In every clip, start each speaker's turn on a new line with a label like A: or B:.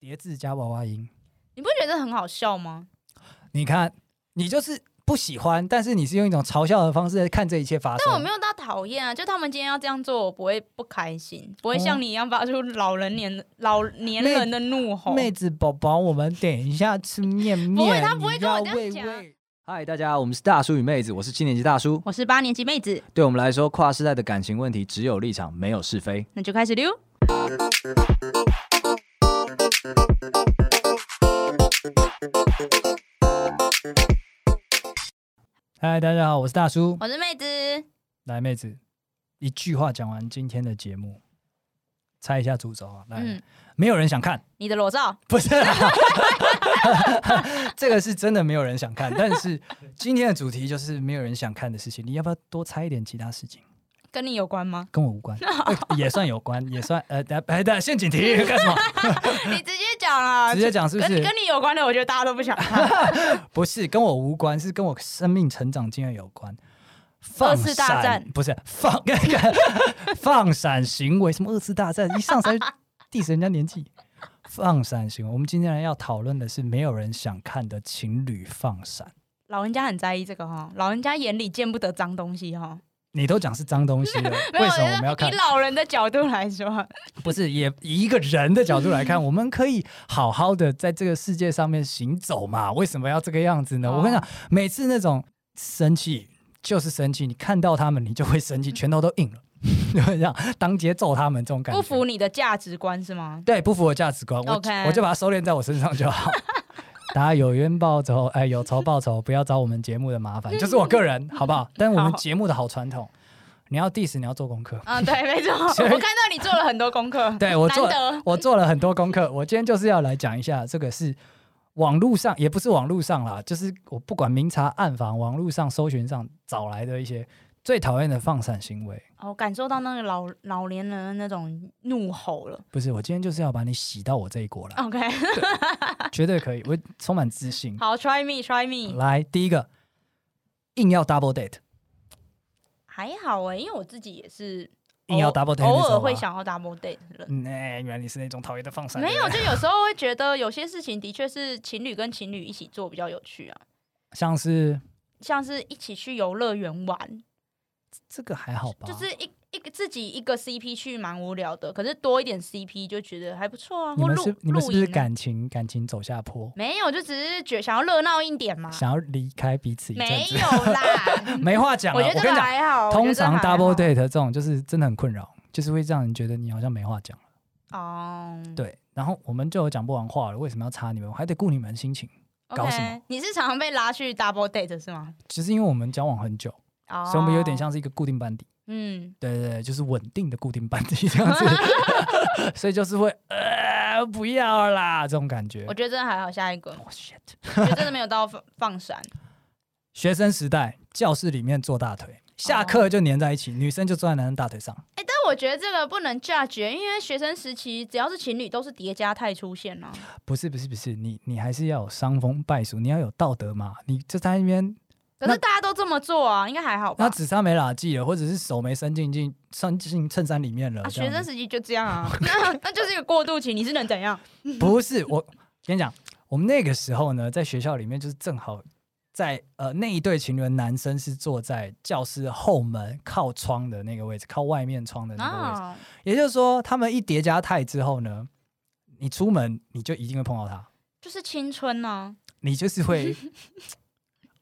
A: 叠字加娃娃音。
B: 你不觉得很好笑吗？
A: 你看，你就是不喜欢，但是你是用一种嘲笑的方式来看这一切发生。
B: 但我没有到讨厌啊，就他们今天要这样做，我不会不开
A: 哦
B: 心，不会像你一样发出老人年老年人的怒吼。
A: 妹子宝宝，我们等一下吃面面。
B: 不会他不会
A: 你
B: 跟我
A: 要
B: 这样
A: 喂
B: 讲
A: 喂
C: 嗨，大家，我们是大叔与妹子，我是七年级大叔。
B: 我是八年级妹子，
C: 对我们来说，跨世代的感情问题只有立场，没有是非。
B: 那就开始溜。
A: 嗨，大家好，我是大叔。
B: 我是妹子，
A: 来，妹子，一句话讲完今天的节目，猜一下主轴啊。来，
B: 嗯，
A: 没有人想看，
B: 你的裸照，
A: 不是 啦，这个是真的没有人想看。但是今天的主题就是没有人想看的事情，你要不要多猜一点其他事情？
B: 跟你有 关吗？
A: 跟我无 关，呃也算有关，也算呃，等下哎，等下陷阱题干什么？
B: 你直接讲啊，
A: 直接讲是不
B: 跟
A: 是？
B: 跟你有关的，我觉得大家都不想看。
A: 不是跟我无关，是跟我生命成长经验有关。放
B: 次大
A: 闪
B: 战
A: 不是放 那个放闪行为，什么二次大战一上来就 diss 人家年纪，放闪行为。我们今天要讨论的是没有人想看的情侣放闪。
B: 老人家很在意这个哈，老人家眼里见不得脏东西哈。
A: 你都讲是脏东 西了，为什么我们要看
B: 以？老人的角度来说，
A: 不是也以一个人的角度来 看，我们可以好好的在这个世界上面行走嘛？为什么要这个样子呢？
B: 哦
A: 我跟你讲，每次那种生气就是生气，你看到他们你就会生 气，拳头都硬了，就会这样当街揍他们这种感觉。
B: 不符你的价值观是吗？
A: 对，不符我价值观，我
B: OK
A: 我就把它收敛在我身上就 好。大家有冤报仇，哎，有仇报仇，不要找我们节目的 麻烦，就是我个人，好不好？但是我们
B: 好
A: 节目的好传统，你要 diss，你要做功课。
B: 嗯，对，没错。
A: 所以
B: 我看到你做了很多功 课，
A: 对啊我做
B: 难得
A: 我做了很多功课，我今天就是要来讲一下这个是网络上，也不是网络上啦，就是我不管明察暗访，网络上搜寻上找来的一些最讨厌的放闪行为。
B: 哦，我感受到那个老老年人的那种怒吼了。
A: 不是，我今天就是要把你洗到我这一 锅了，
B: OK，
A: 绝对可以，我充满自信。
B: 好，try me，try me，
A: 来，第一个，硬要 double date，
B: 还好哎、因为我自己也是
A: 硬要
B: 偶
A: double date，
B: 偶
A: 那
B: 尔
A: 种
B: 会
A: 吗。
B: 想要 double date 的人。
A: 嗯，哎、原来你是那种讨厌的放闪。
B: 没
A: 对
B: 有，
A: 不对
B: 就有时候会觉得有些事情的确是情侣跟情侣一起做比较有趣啊，
A: 像是
B: 像是一起去游乐园玩，
A: 这个还好吧？
B: 就是一一个自己一个 CP 去蛮无聊的，可是多一点 CP 就觉得还不错啊。
A: 你
B: 或
A: 们
B: 露
A: 是你们是
B: 露
A: 不是
B: 营啊
A: 感情感情走下坡，
B: 没有，就只是觉想要热闹一点嘛。
A: 想要离开彼此一阵
B: 没
A: 子？
B: 有 啦，
A: 没话讲了。
B: 我
A: 我
B: 觉得
A: 跟
B: 这
A: 你
B: 个
A: 讲，
B: 还好。我觉得
A: 通常
B: 这个还好
A: double date 这种就是真的很困扰，就是会让人觉得你好像没话讲了。
B: 哦，
A: 对，然后我们就有讲不完话了，为什么要插你们？我还得顾你们心情。
B: o
A: 搞什
B: k
A: 么
B: 你是常常被拉去 double date 是吗？
A: 只是因为我们交往很久，
B: 哦，
A: 所以我们有点像是一个固定班底。
B: 嗯，
A: 对对对，就是稳定的固定班底 这样 子，所以就是会呃不要啦这种感觉
B: 我。觉得真的还好。下一个，
A: Oh, shit
B: 我觉得真的没有到放放闪。
A: 学生时代教室里面坐大腿，下课就黏在一起，女生就坐在男生大腿上。
B: 哎、但我觉得这个不能 judge，欸因为学生时期只要是情侣都是叠加态出现啊。
A: 不是不是不是，你你还是要有伤风败俗，你要有道德嘛。你就在那边
B: 可是大家都这么做啊，应该还好吧
A: 那？紫砂没拉记了，或者是手没伸进进伸进衬衫里面了。
B: 啊，
A: 这
B: 学
A: 样
B: 生
A: 子
B: 时期就这 样啊， 那那就是一个过渡期，你是能怎样？
A: 不是我跟你讲，我们那个时候呢，在学校里面就是正好在呃那一对情侣的男生是坐在教室后门靠窗的那个位置，靠外面窗的那个位置。
B: 啊，
A: 也就是说，他们一叠加态之后呢，你出门你就一定会碰到他，
B: 就是青春啊呢、
A: 你就是 会，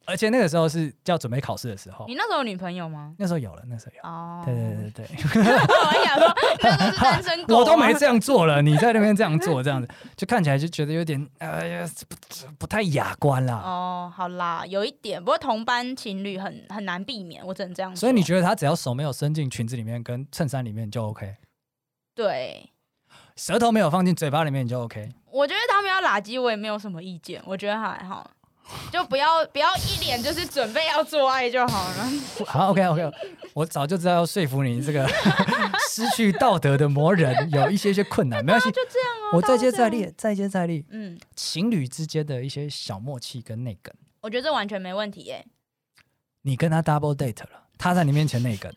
A: 而且那个时候是要准备考试的时候
B: 你，那时候有女朋友吗？
A: 那时候有了，那时候有。
B: 哦，
A: 对对对对，
B: 我还想说，那时候是单身狗，啊
A: 我都没。这样做了，你在那边这样做，这 样子就看起来就觉得有点哎呀，不不太雅观啦。
B: 哦，好啦，有一点，不过同班情侣很很难避免，我只能这样说。
A: 所以你觉得他只要手没有伸进裙子里面跟衬衫里面就 OK，
B: 对？
A: 舌头没有放进嘴巴里面你就 OK。
B: 我觉得他们要垃圾，我也没有什么意见，我觉得还好，就不要不要一脸就是准备要做爱就好了。
A: 好，OK OK，我早就知道要说服你 这个失去道德的魔人有一些一些困难，没关系，
B: 就这样啊，
A: 我再接再
B: 大家都这样。
A: 厉，再接再厉。
B: 嗯，
A: 情侣之间的一些小默契跟内梗，
B: 我觉得这完全没问题耶、
A: 你跟他 double date 了，他在你面前内梗，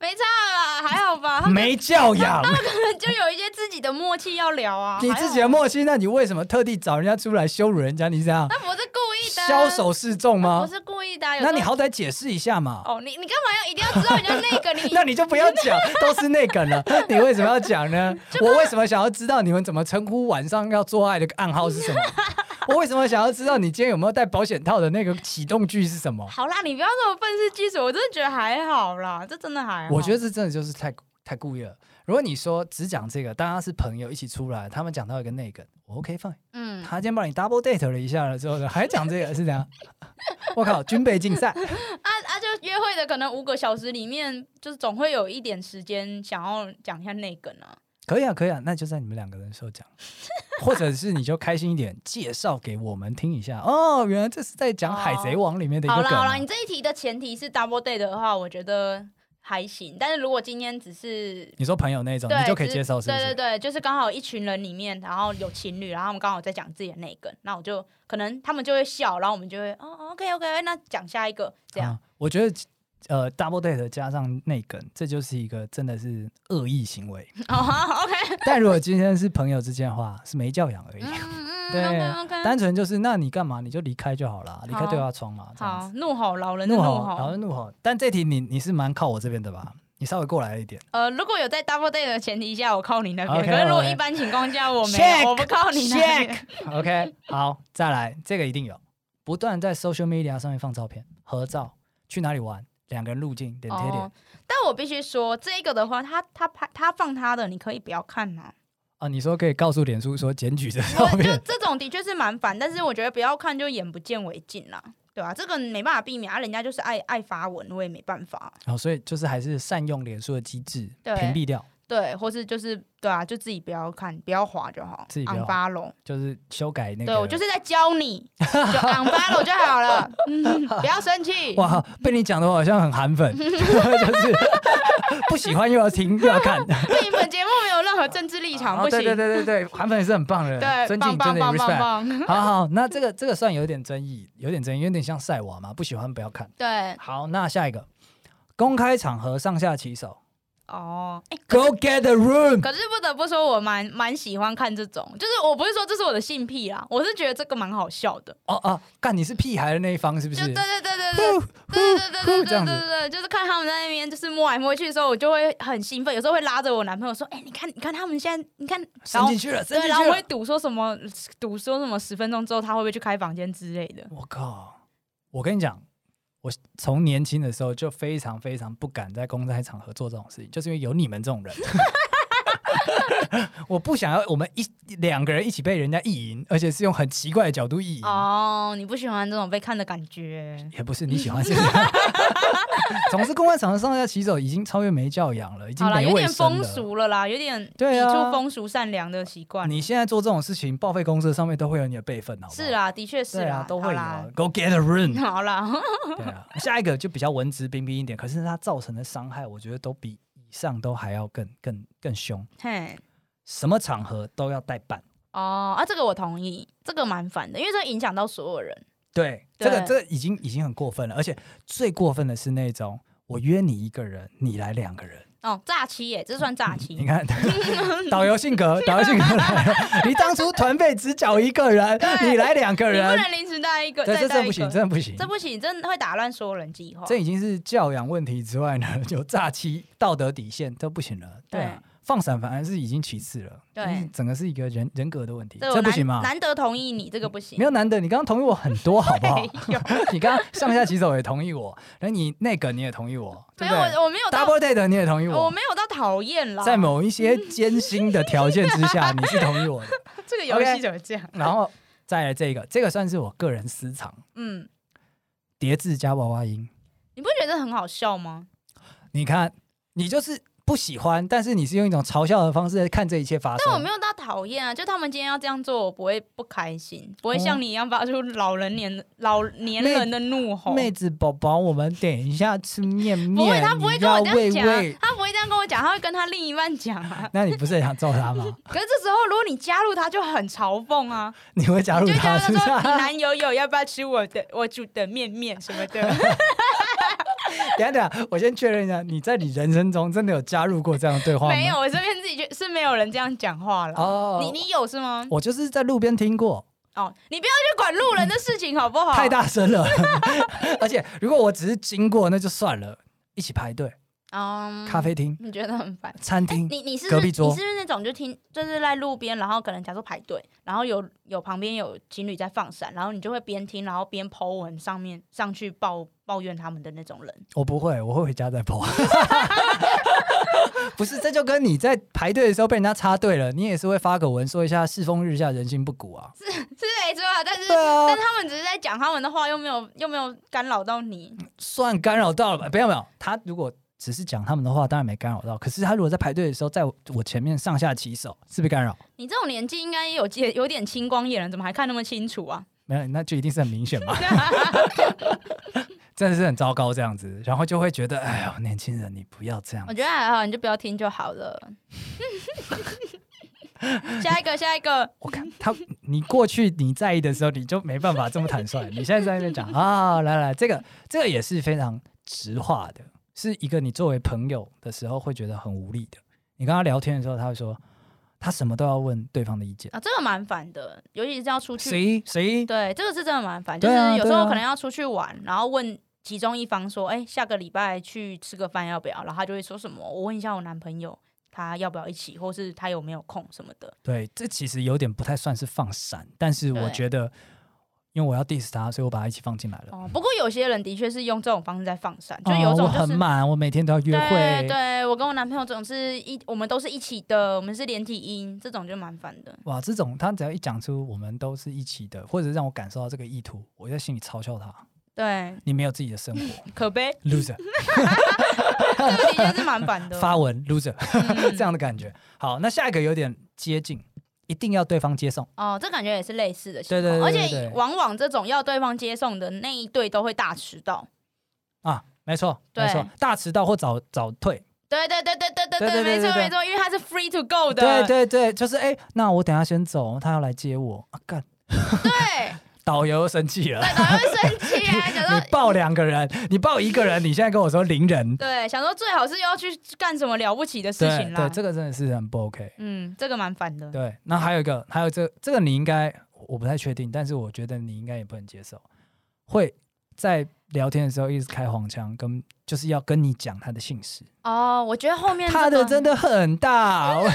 B: 没差啦，还好吧？他们
A: 没教养，
B: 可能就有一些自己的默契要聊啊。
A: 你
B: 还
A: 自
B: 好
A: 己的默契，那你为什么特地找人家出来羞辱人家？你是这样
B: 那不是故意的啊，
A: 枭首示众
B: 那
A: 吗
B: 不？是故意的啊。有时
A: 那
B: 候
A: 你好歹解释一下嘛。
B: 哦，你你干嘛要一定要知道人家那个？你
A: 那你就不要讲，都是内梗 了。你为什么要讲呢？我为什么想要知道你们怎么称呼晚上要做爱的暗号是什 么？我为什么想要知道你今天有没有戴保险套的那个启动句是什 么？
B: 好啦，你不要这么愤世嫉俗，我真的觉得还好啦，这真的还好。
A: 我觉得这真的就是太太故意了。如果你说只讲这个，大家是朋友一起出来，他们讲到一个内梗，我 OK fine。
B: 嗯，
A: 他今天帮你 double date 了一下了之后呢，还讲这个是怎样？ 我靠，军备竞赛，
B: 啊啊，就约会的可能五个小时里面，就是总会有一点时间想要讲一下内梗啊。
A: 可以啊，可以啊，那就在你们两个人的时 候讲，或者是你就开心一点，介绍给我们听一下。哦，原来这是在讲《海贼王》里面的一
B: 好
A: 个
B: 啦
A: 梗、
B: 好啦，
A: 啊
B: 你。这一题的前提是 double date 的话，我觉得还行。但是如果今天只是
A: 你说朋友那种，
B: 对，
A: 哦你就可以
B: 只
A: 接受，是不是？
B: 对对对，就是刚好一群人里面，然后有情侣，然后他们刚好在讲自己的内梗，那我就可能他们就会笑，然后我们就会哦，OK OK，那讲下一个这样。
A: 啊我觉得。呃，double date 加上内梗，这就是一个真的是恶意行为。
B: 哦好，OK，
A: 但如果今天是朋友之间的话，是没教养而已，
B: 嗯嗯
A: 对
B: 嗯，OK OK。
A: 单纯就是那你干嘛你就离开就好了，离开
B: 啊
A: 对话窗嘛，这样
B: 好
A: 子。，
B: 怒吼老人的
A: 怒
B: 怒
A: 吼，然后怒吼。但这题你你是蛮靠我这边的吧？你稍微过来一 点。
B: 呃，如果有在 double date 的前提下，我靠你那边。
A: OK，
B: 可是如果
A: OK
B: 一般情况下，我没，
A: Check，
B: 有，我不靠你那边。
A: OK，好，再来，这个一定有，不断在 social media 上面放照片、合照，去哪里玩，两个人路径脸贴脸
B: 哦。，但我必须说，这个的话，他他拍他放他的，你可以不要 看呐、
A: 啊，你说可以告诉脸书说检举这照
B: 我就
A: 片，
B: 这种的确是蛮烦，但是我觉得不要看就眼不见为净啦，对吧、这个没办法避免啊，人家就是爱爱发文，我也没办法。
A: 然后、哦所以就是还是善用脸书的机制，
B: 对
A: 屏蔽掉，
B: 对，或是就是对啊，就自己不要看，不要滑就好。
A: 自己不要
B: unfollow，
A: 就是修改那个。
B: 对我就是在教你，就 unfollow 就好了，嗯， 不要生气。
A: 哇，被你讲的我好像很韩 粉，就是不喜欢又要听又要 看。
B: 对本节目没有任何政治立场，不
A: 哦，
B: 行。
A: 对对对对对，韩粉也是很棒的，
B: 对
A: 尊
B: 棒
A: 敬真
B: 棒
A: 的
B: 棒
A: respect。
B: 棒 棒。
A: 好好，那这个这个算有点争议，有点争议，有点像晒娃嘛，不喜欢不要看。
B: 对，
A: 好，那下一个，公开场合上下其手
B: 哦，哎、
A: ，Go get the room。
B: 可是不得不说，我蛮蛮喜欢看这种，就是我不是说这是我的性癖啦，我是觉得这个蛮好笑的。
A: 哦哦，干你是屁孩的那一方是不
B: 就是呃对？对对对对
A: 呼
B: 对
A: 呼
B: 对对
A: 呼
B: 对
A: 这样
B: 对
A: 子，
B: 对对，就是看他们在那边就是摸来摸去的时候，我就会很兴奋，有时候会拉着我男朋友说：“哎、你看，你看他们现在，你看。”然
A: 伸
B: 后
A: 进去了，伸进
B: 对，然后
A: 去
B: 我会
A: 了。
B: 赌说什么，赌说什么十分钟之后他会不会去开房间之类的。
A: 我靠！我跟你讲，我从年轻的时候就非常非常不敢在公开场合做这种事情，就是因为有你们这 种人。我不想要我们一两个人一起被人家意淫，而且是用很奇怪的角度意淫。
B: 哦，你不喜欢这种被看的感觉？
A: 也不是你喜欢是你， 总是公开场合上下其手，已经超越没教养了，已经
B: 好啦，
A: 没
B: 有
A: 卫
B: 点
A: 生
B: 风
A: 了。
B: 俗啊了啦，有点
A: 对
B: 抵
A: 啊
B: 触风俗善良的习惯。
A: 你现在做这种事情，报废公司上面都会有你的备份，好不好？
B: 是，啦，的确是
A: 对啊
B: 啦，，
A: 都会有
B: 好
A: 啊
B: 啦。。
A: Go get a room。
B: 好啦，
A: 对啊，下一个就比较文质彬彬一点，可是它造成的伤害，我觉得都比以上都还要更更更凶。
B: 嘿，
A: 什么场合都要带伴。
B: 哦啊，这个我同意，这个蛮烦的，因为这影响到所有人。
A: 对，这个
B: 对
A: 这个已经已经很过分了，而且最过分的是那种我约你一个人，你来两个人。
B: 哦，诈欺耶，这 算诈欺。
A: 你看， 导游性格，导游性格来了。你当初团费只找一个人，
B: 对
A: 你来两个
B: 你不
A: 人，
B: 能临时带一个，
A: 啊对，
B: 再
A: 这
B: 带
A: 真
B: 一
A: 不
B: 个
A: 行，真的不行，
B: 这不行，真的会打乱所有人计划。
A: 这已经是教养问题之外呢， 有诈欺、道德底线都不行了。对啊，放闪反而是已经其次了。
B: 对
A: 就是整个是一个人人格的问题，
B: 我
A: 这不
B: 难
A: 行吗？
B: 难得同意你，这个不行。哎
A: 没 有难得，你刚刚同意我很多，好不好
B: 没？
A: 你刚刚上下其手也同意我，然后你那个你也同意我，对
B: 没
A: 不
B: 有，
A: 对
B: 我我没有到，
A: ？Double date 你也同意
B: 我
A: 我，
B: 没有到讨厌啦。
A: 在某一些艰辛的条件之下，你是同意我的。
B: 这个游
A: OK
B: 戏怎么这样？
A: 然后再来这个，这个算是我个人私藏，
B: 嗯，
A: 叠字加娃娃音。
B: 你不觉得很好笑吗？
A: 你看，你就是不喜欢，但是你是用一种嘲笑的方式在看这一切发生。
B: 但我没有到讨厌啊，就他们今天要这样做，我不会不开心，不会
A: 哦
B: 像你一样发出老人年老年
A: 妹
B: 人的怒吼。
A: 妹子宝宝，我们等一下吃面面，
B: 不会，他不会
A: 你
B: 跟我
A: 要
B: 这
A: 喂
B: 样讲啊、
A: 喂。
B: 他不会这样跟我讲，他会跟他另一半讲啊。
A: 那你不是很想揍他吗？
B: 可是这时候，如果你加入他，就很嘲讽啊，
A: 你会加入
B: 就
A: 他
B: 加入
A: 是不
B: 说你
A: 是？
B: 男友友要不要吃我的我煮的面面什么的，
A: 等一下等一下，我先确认一下，你在你人生中真的有加入过这样的对话吗？
B: 没有，。我身边自己就是没有人这样讲话了。
A: 哦
B: 你你有是吗？
A: 我就是在路边听过，
B: 哦，你不要去管路人的事情好不好？
A: 太大声了。 而且如果我只是经过，那就算了。一起排队，
B: 嗯，
A: 咖啡厅、
B: 你觉得很烦？
A: 餐
B: 哎
A: 厅，
B: 你你是
A: 隔
B: 不是
A: 壁
B: 你是
A: 桌
B: 不是那种就听就是在路边，然后可能假如排队，然后有有旁边有情侣在放闪，然后你就会边听然后边 Po 文上面上去抱抱怨他们的那种人。
A: 我不会，我会回家再跑。 不是，这就跟你在排队的时候被人家插队了，你也是会发个文说一下“世风日下，人心不古”啊。
B: 是没错啊，但是、
A: 对啊
B: 但，他们只是在讲他们的话，又没有又没有干扰到你。
A: 算干扰到了吧？没有没有，他如果只是讲他们的话，当然没干扰到。可是他如果在排队的时候，在我我前面上下其手，是不是干扰？
B: 你这种年纪应该有接有点青光眼了，怎么还看那么清楚啊？
A: 没有，那就一定是很明显嘛。真的是很糟糕这样子，然后就会觉得，哎呦，年轻人你不要这样
B: 我。觉得还好，你就不要听就好了。 下一个，下一个，
A: 我看他，你过去你在意的时候，你就没办法这么坦率。你现在在那边 讲啊，来来，这个这个也是非常直话的，是一个你作为朋友的时候会觉得很无力的。你跟他聊天的时候，他会说，他什么都要问对方的意见。
B: 啊，这个蛮烦的，尤其是要出去。
A: 谁谁
B: 对，这个是真的蛮烦，就
A: 对
B: 是
A: 啊
B: 有时
A: 对
B: 候
A: 啊
B: 可能要出去玩，然后问其中一方说：“哎、下个礼拜去吃个饭要不要？”然后他就会说什么：“我问一下我男朋友，他要不要一起，或是他有没有空什么的。
A: 对，这其实有点不太算是放闪，但是我
B: 对
A: 觉得，因为我要 diss 他，所以我把他一起放进来”了。
B: 哦，不过有些人的确是用这种方式在放闪，就
A: 哦
B: 有
A: 我
B: 种就
A: 很
B: 是。
A: 满，我每天都要约
B: 对
A: 会。
B: 对，我跟我男朋友总是一，我们都是一起的，我们是连体婴，这种就蛮烦的。
A: 哇，这种他只要一讲出我们都是一起的，或者让我感受到这个意图，我在心里嘲笑他：
B: 对，
A: 你没有自己的生 活
B: 可悲，
A: ，loser。
B: 这个的确是蛮烦的。
A: 发文 loser
B: 嗯
A: 这样的感觉。好，那下一个有点接近，一定要对方接送。
B: 哦，这感觉也是类似的情况，
A: 对对对对
B: 而
A: 对
B: 且往往这种要对方接送的那一对都会大迟到。
A: 啊，没错，没
B: 对
A: 错，大迟到或早早退，
B: 对对对对对对
A: 对
B: 对，
A: 对对
B: 没错
A: 对对
B: 没错，因为他是 free to go 的，
A: 对对对，就是哎、那我等一下先走，他要来接我啊，干，
B: 对，
A: 导游生气了，
B: 对，导游会生气啊，想
A: 你
B: 说。
A: 报两个人，你报一个人，你现在跟我说零人，
B: 对，想说最好是要去干什么了不起的事
A: 对
B: 情啦
A: 对，。这个真的是很不 OK。
B: 嗯，这个蛮烦的。
A: 对，那还有一个，还有这这个你应该我不太确定，但是我觉得你应该也不能接受，会在聊天的时候一直开黄腔，跟就是要跟你讲他的姓氏，
B: 哦，我觉得后面
A: 他的
B: 这
A: 真
B: 种
A: 的很大， 我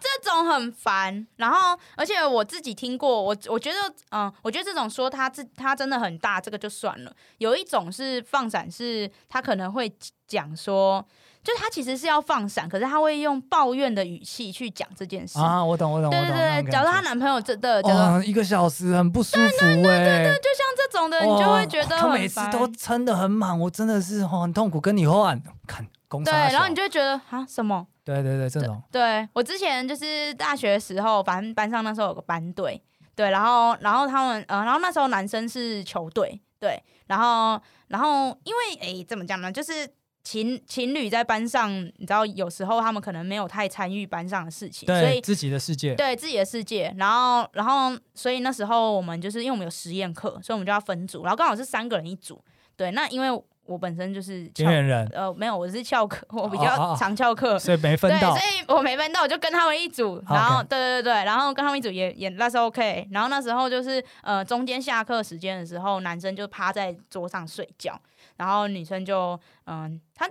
B: 这种很烦。然后，而且我自己听过，我我觉得，嗯，我觉得这种说他自他真的很大，这个就算了。有一种是放闪，是他可能会讲说，就他其实是要放闪，可是他会用抱怨的语气去讲这件事。
A: 啊，我 懂我懂我懂，
B: 对对
A: 那
B: 对，
A: 种
B: 假
A: 感
B: 如
A: 觉
B: 她男朋友真的，假如
A: 哇，一个小时很不舒服哎、
B: 就像这种的，
A: 哇
B: 你就会觉得
A: 他
B: 很
A: 每次
B: 烦
A: 都撑得很满，我真的是哦很痛苦，跟你换看公
B: 对，然后你就会觉得啊什么？
A: 对对对这种
B: 对我之前就是大学的时候，反正班上那时候有个班队，对，然后然后他们呃，然后那时候男生是球队，对，然后然后因为诶怎么讲呢，就是。情情侣在班上，你知道，有时候他们可能没有太参与班上的事情，所以
A: 对自己的世界
B: 对自己的世界。然后，然后，所以那时候我们就是因为我们有实验课，所以我们就要分组，然后刚好是三个人一组。对，那因为我本身就是翘
A: 边缘人，
B: 呃没有，我是翘课，我比
A: 哦哦
B: 较
A: 哦
B: 常翘课。
A: 所以没分
B: 对，
A: 到
B: 所以我没分到，我就跟他们一组，
A: 好
B: 然后
A: OK
B: 对对对，然后跟他们一组也也那时候 OK，然后那时候就是呃中间下课时间的时候，男生就趴在桌上睡觉，然后女生就嗯、他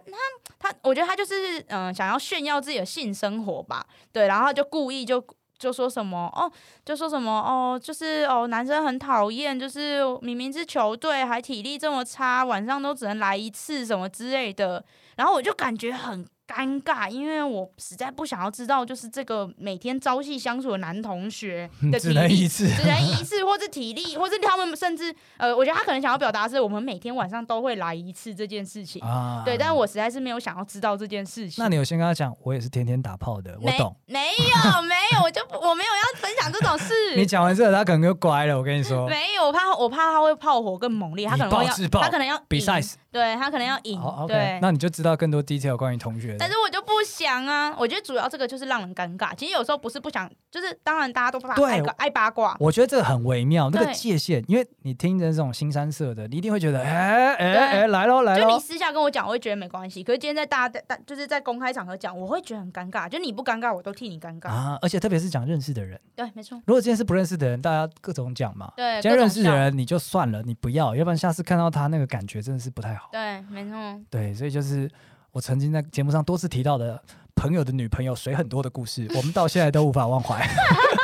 B: 他他，我觉得他就是嗯、呃想要炫耀自己的性生活吧，对，然后他就故意就。就说什么哦，就说什么哦，就是哦，男生很讨厌，就是明明是球队，还体力这么差，晚上都只能来一次什么之类的。然后我就感觉很尴尬，因为我实在不想要知道，就是这个每天朝夕相处的男 同学的体
A: 只能一
B: 力。
A: 次。
B: 只能一次，或是体力，或是他们甚至呃，我觉得他可能想要表达的是我们每天晚上都会来一次这件事情，
A: 啊
B: 对，但我实在是没有想要知道这件事情。
A: 那你有先跟他讲，我也是天天打炮的，我
B: 没
A: 懂。
B: 没有没有，我就不我没有要分享这种事。
A: 你讲完这个，他可能就乖了。我跟你说，
B: 没有，我怕我怕他会炮火更猛烈，他可能
A: 你
B: 会
A: 爆
B: 要
A: 自爆
B: 他可能要
A: 比
B: 赢
A: 赛是
B: 对他可能要赢
A: 好
B: 对
A: ，OK，。那你就知道更多 detail 关于同学的。
B: 但是我就不想啊，我觉得主要这个就是让人尴尬。其实有时候不是不想，就是当然大家都八
A: 对
B: 爱个爱八卦，
A: 我觉得这个很微妙，那个
B: 对
A: 界限，因为你听着这种新三色的，你一定会觉得，哎哎
B: 对
A: 哎，来喽来
B: 就你
A: 喽。
B: 私下跟我讲，我会觉得没关系。可是今天在大大大就是在公开场合讲，我会觉得很尴尬。就你不尴尬，我都替你尴尬。
A: 啊！而且特别是讲认识的人，
B: 对，没错。
A: 如果今天是不认识的人，大家各种讲嘛。
B: 对，
A: 今天
B: 各种
A: 认识的
B: 笑。
A: 人你就算了，你不要，要不然下次看到他那个感觉真的是不太好。
B: 对，没错。
A: 对，所以就是我曾经在节目上多次提到的朋友的女朋友水很多的故事，我们到现在都无法忘怀。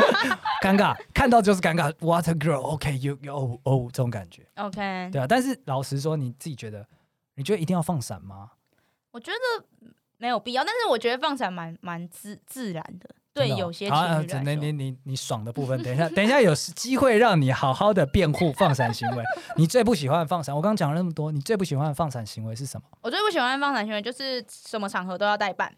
A: 尴尬，看到就是尴尬。What a girl，OK，you、you oh oh 这种感觉，
B: OK，
A: 对啊。但是老实说，你自己觉得，你觉得一定要放闪吗？
B: 我觉得没有必要，但是我觉得放闪蛮蛮自自然的。对，
A: 真的哦
B: 有些情
A: 好啊
B: 侣
A: 真
B: 来
A: 的你，
B: 说
A: 你你爽的部分，等一下，等一下有机会让你好好的辩护放闪行为。你最不喜欢的放闪，我刚刚讲了那么多，你最不喜欢的放闪行为是什么
B: 我最不喜欢放闪行为就是什么场合都要代办，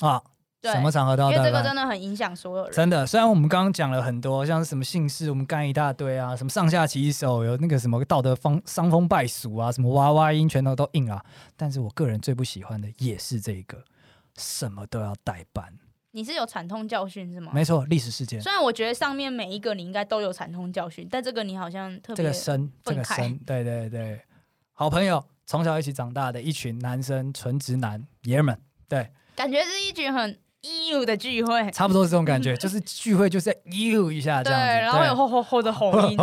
A: 啊？
B: 对
A: 什么场合都
B: 因
A: 要
B: 为
A: 戴
B: 这
A: 吧
B: 个真的很影响所有人。
A: 真的，虽然我们刚刚讲了很多，像是什么姓氏，我们干一大堆啊，什么上下其手，有那个什么道德方伤风败俗啊，什么娃娃音，全都都硬啊。但是我个人最不喜欢的也是这一个，什么都要代办。
B: 你是有惨痛教训是吗？
A: 没错，历史事件，
B: 虽然我觉得上面每一个你应该都有惨痛教训，但这个你好像特
A: 这
B: 别
A: 个生，这
B: 愤
A: 个
B: 慨
A: 生，对对对，好朋友，从小一起长大的一群男生，纯直男爷 们。对，
B: 感觉是一群很 EU 的 聚会，
A: 差不多是这种感觉，就是聚会就是要 you 一下这
B: 对，
A: 样子，
B: 然后
A: 对哦
B: 有吼吼吼的吼 音，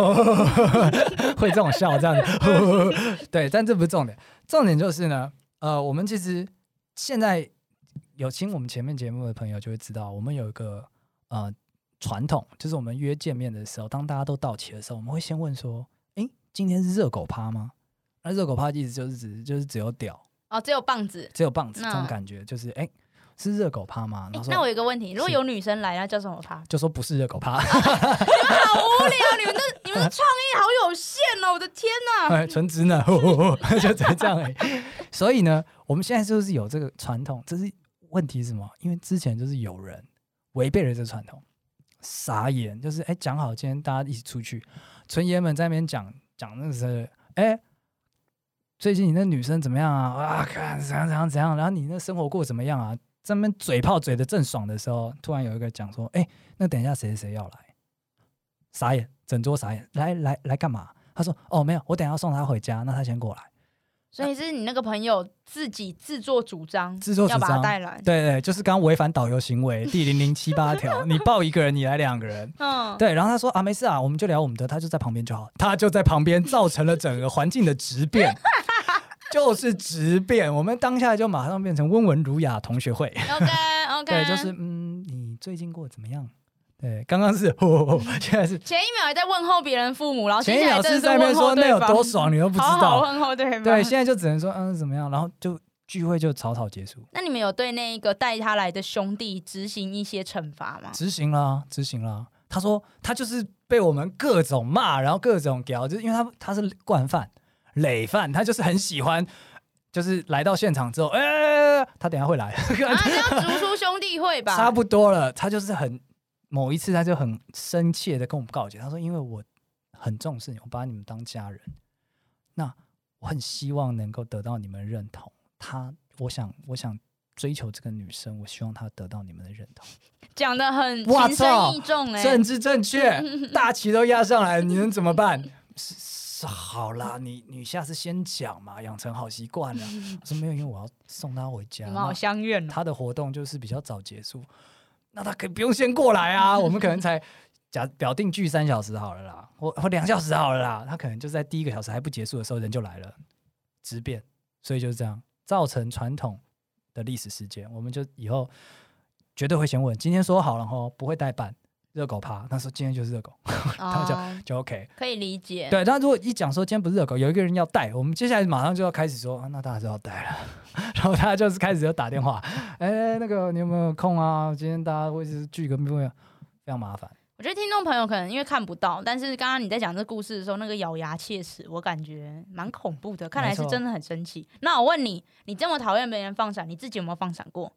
A: 会这种笑这样子， 对，但这不是重点，重点就是呢，呃，我们其实现在有听我们前面节目的朋友就会知道，我们有一个呃传统，就是我们约见面的时候，当大家都到齐的时候，我们会先问说，诶，今天是热狗趴吗？那热狗趴的意思就是指就是只有屌，
B: 哦，只有棒子。
A: 只有棒子这种
B: 嗯
A: 感觉，就是诶，哦是热狗趴吗？
B: 诶
A: 然后
B: 那我
A: 说
B: 有个问题，如果有女生来，那叫什么趴？
A: 就说不是热狗趴，
B: 好无聊，你们的你们的创意好有限哦！我的天哪！
A: 哎，纯直男，哦 就只能这样而已。所以呢，我们现在就是有这个传统，这是问题是什么？因为之前就是有人违背了这个传统，傻眼，就是哎讲好今天大家一起出去，纯爷们在那边讲讲那个是哎。最近你那女生怎么样啊？啊，看怎样怎样怎样，然后你那生活过怎么样啊？在那边嘴炮嘴的正爽的时候，突然有一个讲说：“哎、那等一下谁谁谁要来？”傻眼，整桌傻眼，来来来干嘛？他说：“哦，没有，我等一下要送他回家，那他先过来。
B: 所以是你那个朋友自己自作主张，
A: 自作主
B: 要把他
A: 张
B: 带来”。
A: 对对，就是刚违反导游行为第零零七八 条，你抱一个人，你来两个人。
B: 嗯，
A: 对，然后他说啊，没事啊，我们就聊我们的，他就在旁边就好，他就在旁边，造成了整个环境的质 变，就是质变。我们当下就马上变成温文儒雅同学会，
B: ，OK OK，
A: 对，就是嗯，你最近过得怎么样？对，刚刚是，哦，现在是
B: 前一秒还在问候别人父母，然后
A: 前一
B: 接下
A: 秒
B: 来真
A: 是
B: 的
A: 在那边
B: 问
A: 说
B: 候
A: 那
B: 对
A: 有
B: 方，
A: 多爽，你都不知
B: 好好
A: 道。
B: 问候对方。
A: 对，现在就只能说嗯怎么样，然后就聚会就草草结束。
B: 那你们有对那一个带他来的兄弟执行一些惩罚 吗？
A: 执行啦，执行啦。他说他就是被我们各种骂，然后各种屌，就是因为他他是惯犯、累犯，他就是很喜欢，就是来到现场之后，哎、他等一下会来，
B: 啊，这要逐出兄弟 会吧？
A: 差不多了。他就是很某一次他就很深切的跟我们告诫，他说因为我很重视你，我把你们当家人，那我很希望能够得到你们认同。他，我想，我想追求这个女生，我希望她得到你们的认同。
B: 讲的很
A: 哇
B: 情深意重哎、
A: 政治正 确，大旗都压上来，你能怎么办？ 是是好啦，你你下次先讲嘛，养成好习惯了。我说没有，因为我要送他回家
B: 你。们好相怨
A: 那
B: 哦、
A: 他的活动就是比较早结束，那他可以不用先过来啊。我们可能才假表定聚三小时好了啦，或或两小时好了啦。他可能就在第一个小时还不结束的时候人就来了，直变。所以就是这样，造成传统的历史事件，我们就以后绝对会先问，今天说好了吼，不会代办热狗趴，他说今天就是热狗他 就
B: 哦
A: 就 OK。
B: 可以理解。
A: 对，但如果一讲说今天不是热狗，有一个人要带，我们接下来马上就要开始说，啊、那大家就要带了。 然后他就是开始就打电话，哎，那个你有没有空啊？今天大家会是聚个面，非常麻烦。
B: 我觉得听众朋友可能因为看不到，但是刚刚你在讲这故事的时候，那个咬牙切齿，我感觉蛮恐怖的。看来是真的很生气。那我问你，你这么讨厌别人放闪，你自己有没有放闪过？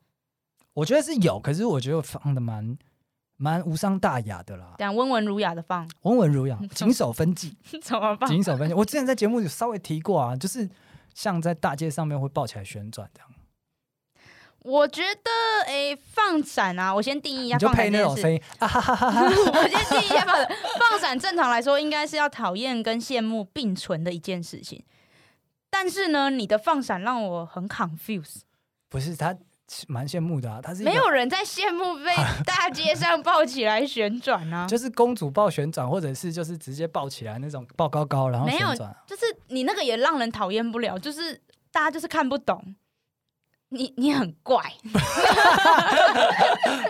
A: 我觉得是有，可是我觉得放的蛮蛮无伤大雅的啦，
B: 这样温文儒雅的放，
A: 温文儒雅，谨守分际。
B: 怎么放？
A: 谨守分析。我之前在节目有稍微提过啊，就是像在大街上面会抱起来旋转这样，
B: 我觉得，诶、放闪啊，我先定义一
A: 你
B: 下
A: 就
B: 放
A: 配
B: 闪
A: 那
B: 这件
A: 种声
B: 事。
A: 音啊哈哈哈哈，
B: 我先定义一下放闪。放闪正常来说应该是要讨厌跟羡慕并存的一件事情，但是呢，你的放闪让我很 confuse。
A: 不是他蛮羡慕的啊，他是一个
B: 没有人在羡慕 被大街上抱起来旋转啊，
A: 就是公主抱旋转，或者是就是直接抱起来那种抱高高然后
B: 没
A: 旋
B: 有
A: 转啊，
B: 就是你那个也让人讨厌不了，就是大家就是看不懂。你你很怪，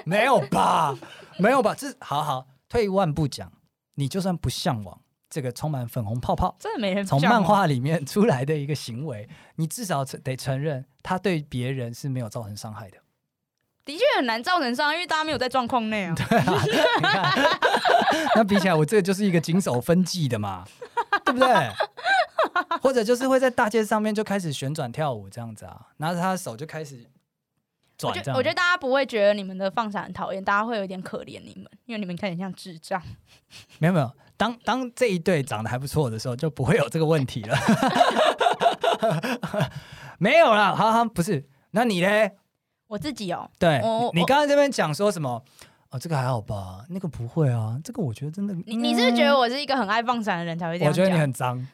A: 没有吧？没有吧？这好好退一万步讲，你就算不向往这个充满粉红泡泡。
B: 真的没人哦
A: 从
B: 像
A: 漫
B: 我
A: 画里面 出来的一个行为，你至少承得承认，他对别人是没有造成伤害的。
B: 的确很难造成伤，因为大家没有在状况内啊。
A: 那比起来，我这个就是一个谨守分际的嘛，对不对？或者就是会在大街上面就开始旋转跳舞这样子啊，拿着他的手就开始
B: 我
A: 转
B: 觉
A: 这样。
B: 我觉得大家不会觉得你们的放闪很讨厌，大家会有点可怜你们，因为你们看起来像智障。
A: 没有没有，当当这一对长得还不错的时候，就不会有这个问题了。 没有啦，好好不是，那你嘞？
B: 我自己哦，
A: 对
B: 我我
A: 你刚才这边讲说什么？哦，这个还好吧，那个不会啊，这个我觉得真的。
B: 你你是不是觉得我是一个很爱放闪的人才会
A: 嗯
B: 这
A: 我
B: 样
A: 觉
B: 讲？
A: 得你很脏，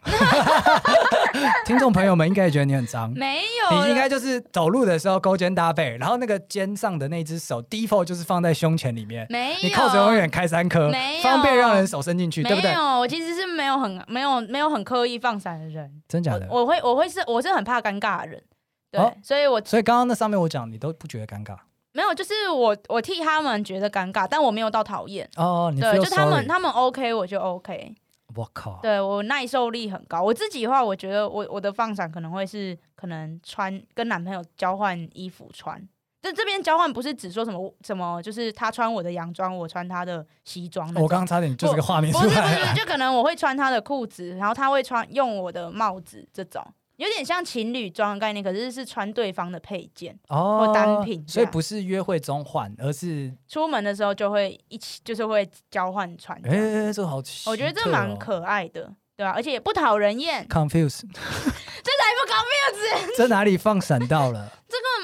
A: 听众朋友们应该也觉得你很脏。
B: 没有，
A: 你应该就是走路的时候勾肩搭背，然后那个肩上的那只手 default 就是放在胸前里面，
B: 没有，
A: 你扣子永远开三颗
B: 没，有
A: 方便让人手伸进去，对不
B: 没
A: 对？
B: 有，我其实是没有很没有没有很刻意放闪的人。
A: 真假的？
B: 我我会我会是我是很怕尴尬的人，对，
A: 哦
B: 所以我
A: 所以刚刚那上面我讲，你都不觉得尴尬
B: 没有，就是我我替他们觉得尴尬，但我没有到讨厌。
A: 哦？你
B: 对，就
A: feel
B: 他们
A: sorry
B: 他们 OK 我就 OK，
A: 我靠，
B: 对我耐受力很高。我自己的话，我觉得我我的放闪可能会是可能穿跟男朋友交换衣服穿，但这边交换不是只说什么什么，就是他穿我的洋装，我穿他的西装那种。
A: 我刚刚差点就是个画面出
B: 不是不
A: 来，
B: 是，就可能我会穿他的裤子，然后他会穿用我的帽子，这种有点像情侣装的概念，可是是穿对方的配件。
A: 哦
B: 或单品这
A: 所以
B: 样
A: 不是约会中换，而是
B: 出门的时候就会一起，就是会交换穿这
A: 哎、
B: 样。
A: 这好奇特哦、
B: 啊我觉得这蛮可爱的，对啊吧、而且也不讨人厌，
A: confuse，
B: 这才不高
A: 这哪里放闪到 了？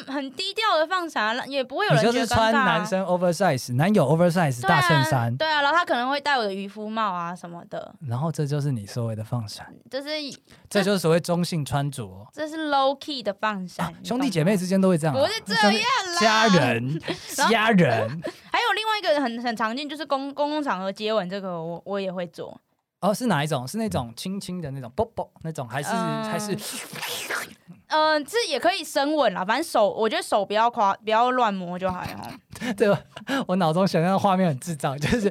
B: 明，很低调的放闪啊，也不会有
A: 你
B: 人觉
A: 就
B: 得
A: 是
B: 尴尬、
A: 穿
B: 啊。
A: 男生 oversize，男友 oversize
B: 对
A: 大
B: 啊
A: 衬衫，
B: 对啊，然后他可能会戴我的渔夫帽啊什么的，
A: 然后这就是你所谓的放闪，
B: 就是
A: 这就是所谓中性穿着。
B: 这是 low key 的放闪、
A: 啊，兄弟姐妹之间都会这样、啊，
B: 不是这
A: 兄
B: 样
A: 弟
B: 啦，
A: 家人，
B: 然后
A: 家 人，
B: 还有另外一个很很常见，就是公公共场合接吻，这个我我也会做。
A: 哦，是哪一种？是那种轻轻的那种，啵啵那种，还是、
B: 嗯
A: 还是
B: 嗯、这也可以深吻啦，反正手我觉得手不要夸，不要乱摸就还 好。
A: 对吧？ 我脑中想象的画面很智障，就是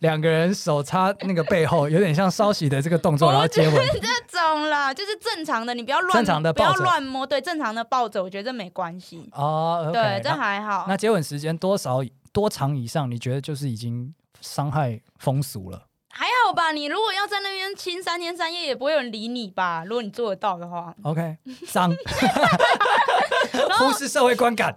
A: 两个人手插那个背后，有点像稍息的这个动作，然后接吻。
B: 这种啦，就是正常的，你不要乱，
A: 正常的
B: 不要
A: 抱着
B: 乱摸，对，正常的抱着，我觉得这没关系。
A: 哦，
B: 对，这
A: 那
B: 还好
A: 那。接吻时间多少多长以上？你觉得就是已经伤害风俗了？
B: 还好吧，你如果要在那边亲三天三夜，也不会有人理你吧？如果你做得到的话。
A: OK，脏， 忽视社会观感。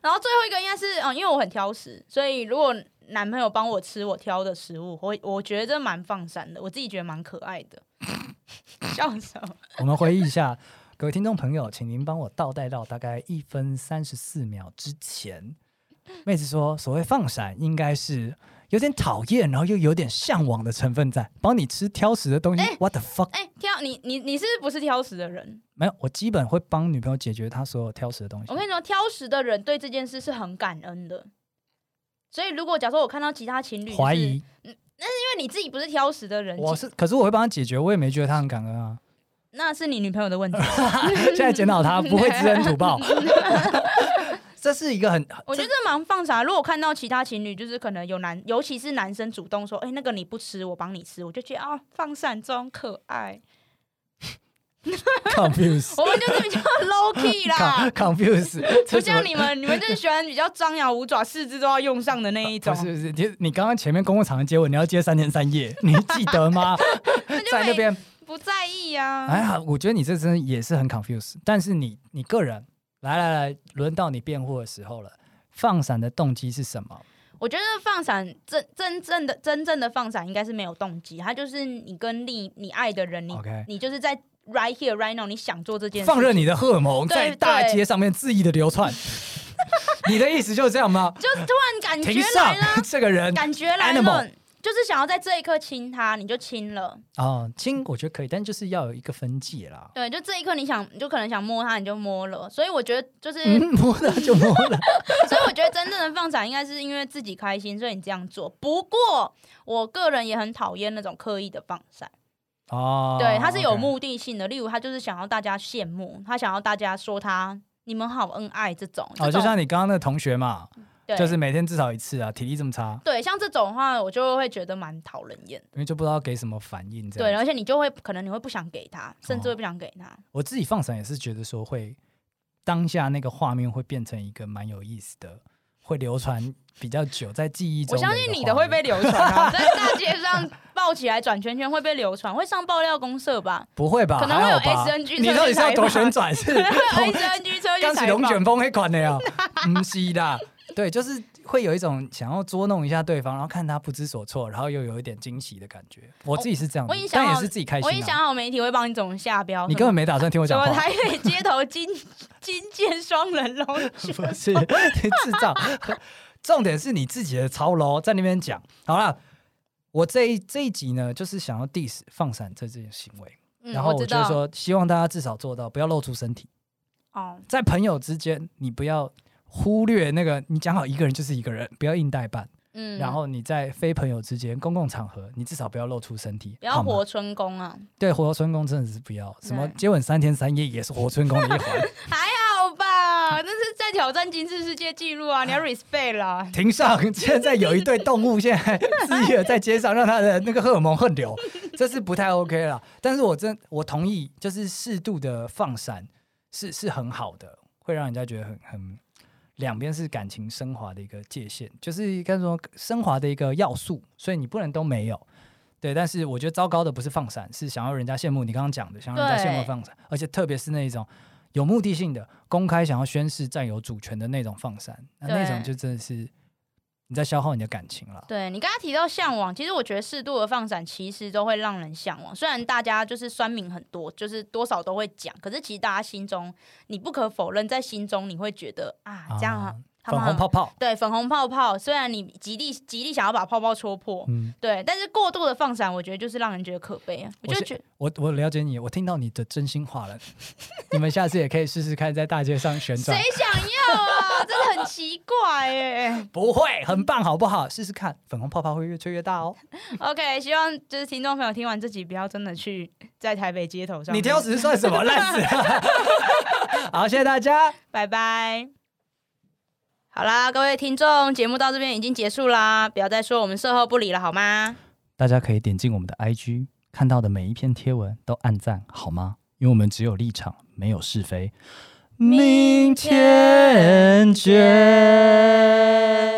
B: 然后最后一个应该是，嗯，因为我很挑食，所以如果男朋友帮我吃我挑的食物，我我觉得这蛮放闪的，我自己觉得蛮可爱的。 笑什 么？
A: 我们回忆一下，各位听众朋友，请您帮我倒带到大概一分三十四秒之前。妹子说，所谓放闪，应该是有点讨厌，然后又有点向往的成分在，帮你吃挑食的东西。
B: 哎
A: What the fuck？
B: 哎、挑你你你是不是挑食的人？
A: 没有，我基本会帮女朋友解决她所有挑食的东西
B: 我。跟你说，挑食的人对这件事是很感恩的。所以如果假设我看到其他情侣、
A: 怀
B: 就是
A: 疑
B: 因为你自己不是挑食的人，
A: 我
B: 其
A: 是，可是我会帮她解决，我也没觉得她很感恩 啊。
B: 那是你女朋友的问题。
A: 现在检讨她不会知恩图 报，这是一个很
B: 我觉得这蛮放傻。如果看到其他情侣，就是可能有男，尤其是男生主动说：“哎、那个你不吃，我帮你吃。”我就觉得啊、放闪中可爱。
A: confuse
B: 我们就是比 较 low key
A: con-，
B: 啦
A: confuse，
B: 不
A: 这怎么
B: 像你们，你们就是喜欢比较张牙舞爪、四肢都要用上的那一 种
A: 不。是不是，你你刚刚前面公共场的接吻，你要接三天三夜，你记得 吗？
B: 就
A: 在那
B: 没
A: 边，
B: 不在意啊。
A: 哎呀，我觉得你这真的也是很 confuse。但是你你个人，来来来，轮到你辩护的时候了。放闪的动机是什么？
B: 我觉得放闪真真正的真正的放闪应该是没有动机，他就是你跟另一你爱的人，你
A: OK
B: 你就是在 right here right now，你想做这件事，
A: 放任你的荷尔蒙
B: 对
A: 在大
B: 对
A: 街上面恣意的流 窜。你的意思就是这样吗？
B: 就突然感觉
A: 庭
B: 来
A: 上
B: 了，
A: 这个人
B: 感觉来了
A: Animal，
B: 就是想要在这一刻亲他，你就亲了。
A: 啊，亲、我觉得可以，但就是要有一个分界啦。
B: 对，就这一刻你想，你就可能想摸他，你就摸了。所以我觉得就是，
A: 嗯，摸了就摸 了，
B: 所以我觉得真正的放闪应该是因为自己开心，所以你这样做。不过我个人也很讨厌那种刻意的放闪，
A: 哦，
B: 对，他是有
A: OK
B: 目的性的。例如，他就是想要大家羡慕，他想要大家说他你们好恩爱这种。
A: 哦，
B: 这种
A: 就像你刚刚那个同学嘛，
B: 对
A: 就是每天至少一次啊，体力这么差，
B: 对，像这种的话，我就会觉得蛮讨人厌。
A: 因为就不知道给什么反应这
B: 对，
A: 样。
B: 而且你就会可能你会不想给他，甚至
A: 哦
B: 会不想给他。
A: 我自己放闪也是觉得说会当下那个画面会变成一个蛮有意思的，会流传比较久，在记忆中
B: 我
A: 一个画
B: 相
A: 面。
B: 信你的会被流传 啊，在大街上抱起来转圈圈会被流传，会上爆料公社吧？
A: 不会吧？
B: 可能会
A: 还
B: 有
A: 好吧
B: SNG
A: 你到底是要多旋
B: 车去
A: 转是？
B: 会有 SNG 车去
A: 刚起
B: 采
A: 龙
B: 访
A: 卷。风那款的 呀，嗯，是的，对，就是会有一种想要捉弄一下对方，然后看他不知所措，然后又有一点惊喜的感觉。我自己是这样
B: 哦我
A: 子
B: 已经，想
A: 但也
B: 好
A: 是自己开
B: 我已
A: 心
B: 想
A: 啊。
B: 好媒体会帮你怎么下标，
A: 你根本没打算听我
B: 什
A: 讲
B: 么
A: 话，
B: 台北街头金金剑双人龙 卷
A: 不是你智障。 重点是你自己的操喽，在那边讲好了。我这一这一集呢，就是想要 diss 放闪这这种行为，
B: 嗯
A: 然后
B: 我
A: 我
B: 知
A: 就
B: 道
A: 说，希望大家至少做到不要露出身体，
B: 哦，
A: 在朋友之间，你不要忽略那个，你讲好一个人就是一个人，不要硬代办。
B: 嗯，
A: 然后你在非朋友之间、公共场合，你至少不要露出身体，
B: 不要
A: 好吗
B: 活春宫啊，
A: 对活春宫真的是不要，什么
B: 对
A: 接吻三天三夜也是活春宫的一环。
B: 还好吧？这是在挑战金氏世界纪 录啊，你要 respect 啦。
A: 庭 上现在有一对动物，现在肆意的在街上，让它的那个荷尔蒙横 流，这是不太 OK 啦。但是我真我同意，就是适度的放闪是是很好的，会让人家觉得很很两边是感情升华的一个界限，就是应该说升华的一个要素，所以你不能都没有。对，但是我觉得糟糕的不是放闪，是想要人家羡慕你刚刚讲的，想要人家羡慕
B: 对
A: 放闪，而且特别是那一种有目的性的、公开想要宣示占有主权的那种放闪，那那种
B: 对
A: 就真的是你在消耗你的感情了。
B: 对你刚刚提到向往，其实我觉得适度的放闪其实都会让人向往。虽然大家就是酸民很多，就是多少都会讲，可是其实大家心中，你不可否认，在心中你会觉得啊，这样、
A: 啊
B: 他
A: 粉
B: 们
A: 红泡泡，
B: 对粉红泡泡，虽然你极力极力想要把泡泡戳破，
A: 嗯，
B: 对，但是过度的放闪，我觉得就是让人觉得可悲啊。我
A: 我
B: 就是觉得
A: 我我了解你，我听到你的真心话了。你们下次也可以试试看，在大街上旋转
B: 谁，想要啊， 真的很奇怪欸耶、
A: 不会很棒，好不好？试试看，粉红泡泡会越吹越大哦。
B: OK，希望就是听众朋友听完这集，不要真的去在台北街头上
A: 你
B: 面，
A: 挑食算什么？烂死了！ 好，谢谢大家。
B: 拜拜。好啦，各位听众，节目到这边已经结束啦，不要再说我们售后不理了，好吗？
A: 大家可以点进我们的 IG，看到的每一篇贴文都按赞好吗？因为我们只有立场，没有是非。明天见。